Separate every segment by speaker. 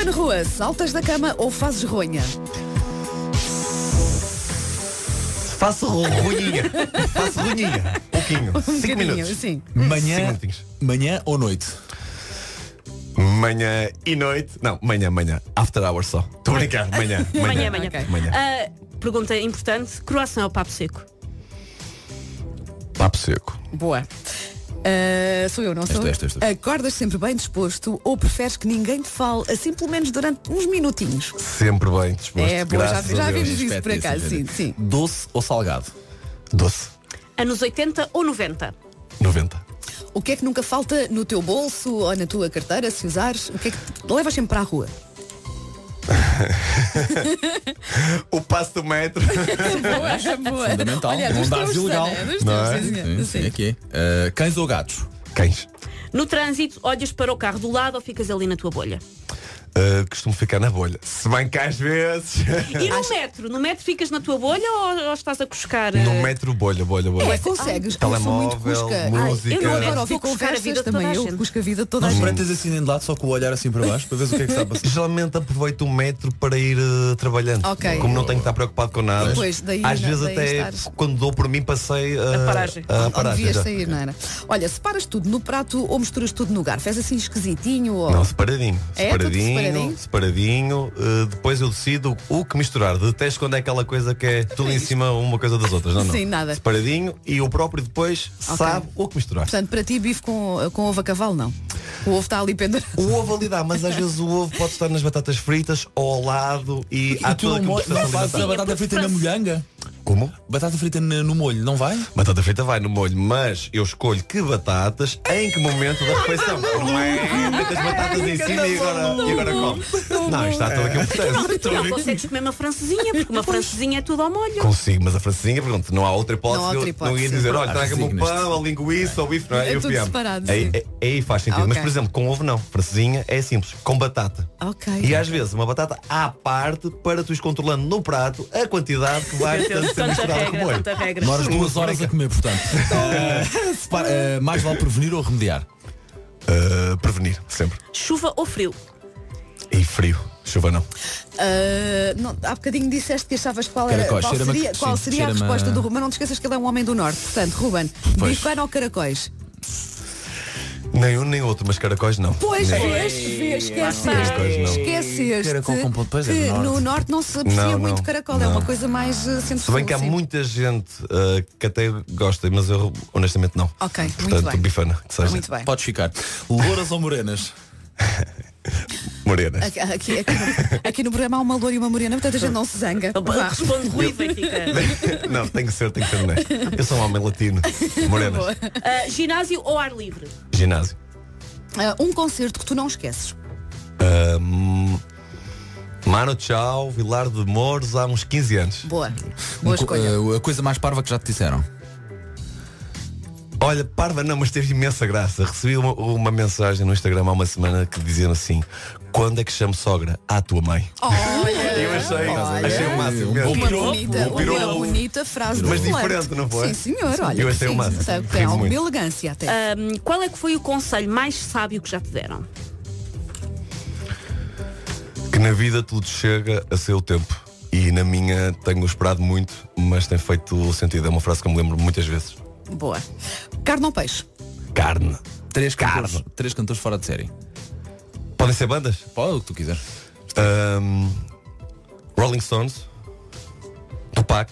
Speaker 1: Ana Rua, saltas da cama ou fazes ronha?
Speaker 2: Faço ruinha. Faço ruinha. Pouquinho.
Speaker 1: Um
Speaker 2: Cinco
Speaker 1: bocadinho,
Speaker 2: minutos.
Speaker 1: sim.
Speaker 2: Cinco
Speaker 3: Manhã,
Speaker 2: minutinhos.
Speaker 3: manhã ou noite?
Speaker 2: Manhã e noite. Não, manhã, manhã. After hours só. Estou a brincar. Manhã.
Speaker 4: Amanhã,
Speaker 2: Manhã,
Speaker 4: amanhã.
Speaker 1: Ok.
Speaker 2: Manhã.
Speaker 4: é? Ah, pergunta importante: croissant ou papo seco?
Speaker 3: Papo seco.
Speaker 1: Boa. Ah, sou eu, não sou?
Speaker 3: Esta, esta, esta.
Speaker 1: Acordas sempre bem disposto ou preferes que ninguém te fale, assim pelo menos durante uns minutinhos?
Speaker 2: Sempre bem disposto.
Speaker 1: É, boa, já-
Speaker 2: graças a
Speaker 1: já
Speaker 2: Deus.
Speaker 1: vimos. Diz isso por acaso, sim, sim.
Speaker 3: Doce ou salgado?
Speaker 2: Doce.
Speaker 4: Anos 80 ou 90?
Speaker 2: 90.
Speaker 1: O que é que nunca falta no teu bolso ou na tua carteira, se usares? O que é que te levas sempre para a rua?
Speaker 2: O passo do metro.
Speaker 1: boa, boa.
Speaker 3: Fundamental. Não
Speaker 1: dos
Speaker 3: dá
Speaker 1: teus,
Speaker 3: asilo
Speaker 1: Sana,
Speaker 3: legal.
Speaker 1: dos
Speaker 2: Não
Speaker 1: teus,
Speaker 2: é?
Speaker 1: sim, senhor.
Speaker 3: Sim,
Speaker 1: Sim.
Speaker 3: sim, aqui. é. Ah, cães ou gatos?
Speaker 2: Cães.
Speaker 4: No trânsito, olhas para o carro do lado ou ficas ali na tua bolha?
Speaker 2: Ah, costumo ficar na bolha. Se bem que às vezes.
Speaker 1: É.
Speaker 4: E no metro? No metro ficas na tua bolha ou, ou estás a cuscar?
Speaker 2: no
Speaker 4: eh,
Speaker 2: metro, bolha, bolha,
Speaker 1: É,
Speaker 2: bolha.
Speaker 1: consegues. Eu sou muito
Speaker 2: Telemóvel,
Speaker 1: cusca.
Speaker 2: música.
Speaker 4: eu não
Speaker 1: Eu adoro ouvir
Speaker 4: Vou cuscar a vida
Speaker 1: conversas
Speaker 4: de
Speaker 1: também.
Speaker 4: toda a
Speaker 1: Eu
Speaker 4: gente.
Speaker 1: cusco a vida de toda a
Speaker 3: Nós
Speaker 1: gente.
Speaker 3: espreitas assim de lado só com o olhar assim para baixo para ver o que é que está a passar.
Speaker 2: Geralmente aproveito o metro para ir eh, trabalhando.
Speaker 1: Ok.
Speaker 2: Como não tenho que estar preocupado com nada.
Speaker 1: Pois, daí
Speaker 2: às
Speaker 1: não-
Speaker 2: vezes
Speaker 1: daí
Speaker 2: até
Speaker 1: estares.
Speaker 2: quando dou por mim passei eh,
Speaker 4: A paragem.
Speaker 2: a
Speaker 1: Ou
Speaker 2: paragem,
Speaker 1: devias
Speaker 2: já.
Speaker 1: sair, não era? Olha, separas tudo no prato ou misturas tudo no garfo? És assim esquisitinho ou...
Speaker 2: Não, separadinho.
Speaker 1: É, tudo
Speaker 2: separadinho,
Speaker 1: separadinho?
Speaker 2: separadinho. eh, depois eu decido o que misturar. Detesto quando é aquela coisa que é tudo em cima uma coisa das outras. Não, não.
Speaker 1: Sim, nada.
Speaker 2: Separadinho e o próprio depois
Speaker 1: Ok.
Speaker 2: sabe o que misturar.
Speaker 1: Portanto, para ti, bife com, com ovo a cavalo, não. O ovo está ali pendurado.
Speaker 2: O ovo ali dá, mas às vezes o ovo pode estar nas batatas fritas ou ao lado e, há
Speaker 3: E tu
Speaker 2: toda
Speaker 3: não,
Speaker 2: a
Speaker 3: mo-
Speaker 2: compensação
Speaker 3: não fazes a
Speaker 2: alimentar.
Speaker 3: batata frita na molhanga?
Speaker 2: Como?
Speaker 3: Batata frita na- no molho, não vai?
Speaker 2: Batata frita vai no molho, mas eu escolho que batatas em que momento da refeição. Não é? Metas batatas em cima e agora, e agora come. Não, isto está todo aqui um
Speaker 4: Não, tu não
Speaker 2: processo.
Speaker 4: consegues comer uma francesinha, porque uma francesinha é tudo ao molho.
Speaker 2: Consigo, mas a francesinha, pergunto, não há outra hipótese.
Speaker 1: Não há outra
Speaker 2: de eu-
Speaker 1: hipótese,
Speaker 2: não ia
Speaker 1: sim.
Speaker 2: dizer, olha,
Speaker 3: Ah,
Speaker 2: traga-me um
Speaker 3: resignas-te.
Speaker 2: pão, a linguiça, o bife, não é?
Speaker 1: É
Speaker 2: eu
Speaker 1: tudo
Speaker 2: fiamos.
Speaker 1: separado,
Speaker 2: aí,
Speaker 1: sim.
Speaker 2: aí- aí faz sentido.
Speaker 1: Ah,
Speaker 2: Mas,
Speaker 1: ok.
Speaker 2: por exemplo, com ovo não. Francesinha é simples, com batata.
Speaker 1: Ok.
Speaker 2: E é- às vezes uma batata à parte para tu ires controlando no prato a quantidade que vai ser misturada com o molho.
Speaker 4: regra.
Speaker 1: um
Speaker 3: Demoras
Speaker 2: Não,
Speaker 3: duas horas a comer, portanto.
Speaker 1: Então-
Speaker 3: Eh, separa- eh, mais vale prevenir ou remediar?
Speaker 2: Ah, prevenir, sempre.
Speaker 4: Chuva ou frio?
Speaker 2: E frio, chuva não.
Speaker 1: Ah, não, há bocadinho disseste que achavas qual, era,
Speaker 3: Caracóis,
Speaker 1: qual
Speaker 3: cheira-me a-
Speaker 1: seria, qual
Speaker 3: sim,
Speaker 1: seria a
Speaker 3: cheira-me a-
Speaker 1: resposta do Ruben. Não te esqueças que ele é um homem do Norte. Portanto, Ruben,
Speaker 3: Pois.
Speaker 1: bifano ou caracóis?
Speaker 2: Nem um nem outro, mas caracóis não.
Speaker 1: Pois,
Speaker 2: Nem-
Speaker 1: vês, vês,
Speaker 2: Caracóis
Speaker 1: esqueceste,
Speaker 2: não.
Speaker 1: esqueceste
Speaker 3: Caracol com ponto, pois é,
Speaker 1: que
Speaker 3: do norte.
Speaker 1: no Norte não se aprecia
Speaker 2: Não,
Speaker 1: muito
Speaker 2: não,
Speaker 1: caracol. É
Speaker 2: não.
Speaker 1: uma coisa mais uh,
Speaker 2: Se bem que há muita gente ah, que até gosta, mas eu honestamente não.
Speaker 1: Ok, muito
Speaker 2: Portanto,
Speaker 1: bem.
Speaker 2: bifana, que seja.
Speaker 1: Muito bem.
Speaker 3: Podes ficar. Louras ou morenas?
Speaker 2: Morena.
Speaker 1: Aqui, aqui- aqui no, aqui no programa há uma loura e uma morena, portanto a gente não se zanga. Vá.
Speaker 4: Responde ruiva e fica.
Speaker 2: não, tem que ser, tem que ser honesto. Eu sou um homem latino. Morenas.
Speaker 1: Boa.
Speaker 4: Ah, ginásio ou ar livre?
Speaker 2: Ginásio.
Speaker 1: Ah, um concerto que tu não esqueces.
Speaker 2: Ah, hum, Mano Tchau, Vilar de Mouros, há uns 15 anos.
Speaker 1: Boa. Boa
Speaker 3: Um co-
Speaker 1: escolha.
Speaker 3: eh, a coisa mais parva que já te disseram.
Speaker 2: Olha, parva não, mas teve imensa graça. Recebi uma, uma mensagem no Instagram há uma semana que diziam assim, quando é que chamo sogra? À tua mãe.
Speaker 1: Olha,
Speaker 2: Eu achei,
Speaker 1: olha.
Speaker 2: achei o máximo
Speaker 3: Um bom
Speaker 2: mesmo.
Speaker 1: Uma
Speaker 3: piropo,
Speaker 1: bonita,
Speaker 2: um
Speaker 1: uma
Speaker 2: piropo.
Speaker 1: bonita frase
Speaker 2: Mas
Speaker 1: de flerte.
Speaker 2: diferente, não foi?
Speaker 1: Sim, senhor, olha.
Speaker 2: Eu achei
Speaker 1: sim,
Speaker 2: o máximo.
Speaker 1: sabe, Tem
Speaker 2: Rimo
Speaker 1: alguma
Speaker 2: muito.
Speaker 1: elegância até.
Speaker 4: Ahm, qual é que foi o conselho mais sábio que já te deram?
Speaker 2: Que na vida tudo chega a seu tempo. E na minha tenho esperado muito, mas tem feito sentido. É uma frase que eu me lembro muitas vezes.
Speaker 1: Boa. Carne ou peixe?
Speaker 2: Carne.
Speaker 3: Três cantores, três cantores fora de série.
Speaker 2: Podem ser bandas?
Speaker 3: Pode o que tu quiser.
Speaker 2: Ahm, Rolling Stones, Tupac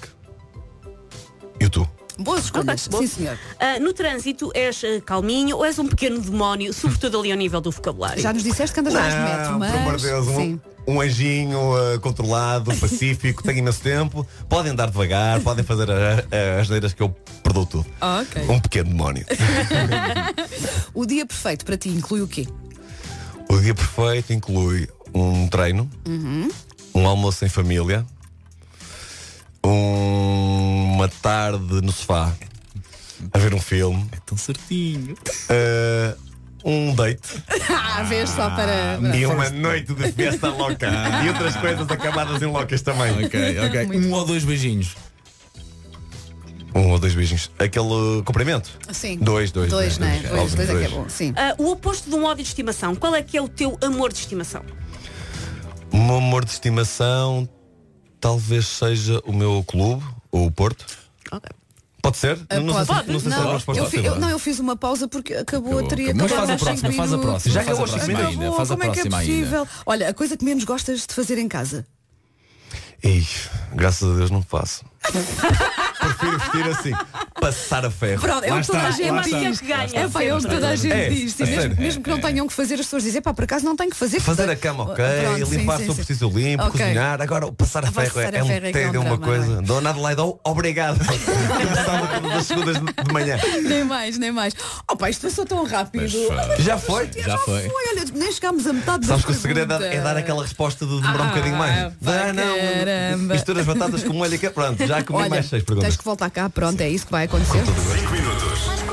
Speaker 2: e tu.
Speaker 1: Boas escolhas.
Speaker 4: Ok, boa.
Speaker 1: Sim, senhor.
Speaker 4: Ah, no trânsito és ah, calminho ou és um pequeno demónio, sobretudo ali ao nível do vocabulário?
Speaker 1: Já nos disseste que andas mais de metro, mas. sim.
Speaker 2: um, um anjinho ah, controlado, pacífico, tem imenso tempo. Podem andar devagar, podem fazer a- a- as neiras que eu perdoo tudo.
Speaker 1: Ok.
Speaker 2: Um pequeno demónio.
Speaker 1: O dia perfeito para ti inclui o quê?
Speaker 2: O dia perfeito inclui um treino, um almoço em família, um- uma tarde no sofá a ver um filme,
Speaker 3: Tão certinho.
Speaker 2: eh, um date
Speaker 1: Ah, vês só para.
Speaker 2: e uma noite de festa louca
Speaker 1: Ah.
Speaker 2: e outras coisas acabadas em loucas também.
Speaker 3: Ok, ok. um ou dois beijinhos.
Speaker 2: Um ou dois beijinhos. Aquele cumprimento?
Speaker 1: Sim.
Speaker 2: Dois, dois.
Speaker 1: Dois, não é? Dois,
Speaker 2: Óbvio,
Speaker 1: dois é que é bom. Sim.
Speaker 4: Ah, o oposto de um ódio de estimação, qual é que é o teu amor de estimação?
Speaker 2: O meu amor de estimação talvez seja o meu clube, ou o Porto.
Speaker 4: Ok.
Speaker 2: Pode ser? não, sei
Speaker 1: Ah, Pode.
Speaker 2: Se, não sei se é
Speaker 1: Não,
Speaker 2: alguém responde
Speaker 1: eu
Speaker 2: ao
Speaker 1: fi-
Speaker 2: tema.
Speaker 1: eu- não, eu fiz uma pausa porque acabou, a
Speaker 3: Acabou,
Speaker 1: tria.
Speaker 3: acabou. Mas
Speaker 1: acabaram
Speaker 3: faz a
Speaker 1: os seis
Speaker 3: próxima, faz a
Speaker 1: minutos.
Speaker 3: próxima.
Speaker 2: Já
Speaker 3: faz
Speaker 2: acabou
Speaker 3: a
Speaker 2: os
Speaker 3: próxima
Speaker 2: cinco
Speaker 3: ainda. Faz a
Speaker 1: Como é que é
Speaker 3: próxima ainda.
Speaker 1: possível? Olha, a coisa que menos gostas de fazer em casa.
Speaker 2: Ih, graças a Deus não faço. Prefiro vestir assim, passar a ferro.
Speaker 1: Pronto, é o
Speaker 3: Lá
Speaker 1: que toda
Speaker 3: está,
Speaker 1: a
Speaker 3: lá
Speaker 1: gente
Speaker 3: está.
Speaker 1: diz.
Speaker 4: Que ganha.
Speaker 1: É pá, é o que toda a gente
Speaker 2: É,
Speaker 1: diz. sim,
Speaker 2: a
Speaker 1: mesmo,
Speaker 2: sério.
Speaker 1: mesmo que não tenham que fazer, as pessoas dizem, pá, por acaso não tenho que fazer. oh,
Speaker 2: Fazer a cama, ok,
Speaker 1: Pronto, sim,
Speaker 2: limpar
Speaker 1: sim,
Speaker 2: se eu
Speaker 1: sim.
Speaker 2: preciso limpo,
Speaker 1: Ok.
Speaker 2: cozinhar, agora o passar a
Speaker 1: Passar
Speaker 2: ferro é,
Speaker 1: a
Speaker 2: é
Speaker 1: ferro é
Speaker 2: um
Speaker 1: que é um
Speaker 2: tédio, uma
Speaker 1: drama,
Speaker 2: coisa.
Speaker 1: não é?
Speaker 2: Dona Adelaide, oh, obrigado. Começava todas as segundas de manhã.
Speaker 1: Nem mais, nem mais. Oh pá, isto passou tão rápido.
Speaker 3: Mas foi.
Speaker 1: Ah, mas
Speaker 2: Já foi?
Speaker 1: Já,
Speaker 3: Já
Speaker 1: foi.
Speaker 3: foi.
Speaker 1: Olha, nem chegámos a metade
Speaker 2: Sabes
Speaker 1: das
Speaker 2: que o segredo é, é dar
Speaker 1: perguntas.
Speaker 2: aquela resposta de demorar um
Speaker 1: Ah,
Speaker 2: bocadinho mais.
Speaker 1: pá,
Speaker 2: Dá, não,
Speaker 1: caramba.
Speaker 2: mistura as batatas com molho e que pronto, já comi
Speaker 1: Olha,
Speaker 2: mais seis perguntas.
Speaker 1: tens que voltar cá, pronto, é isso que vai acontecer.
Speaker 5: Minutos.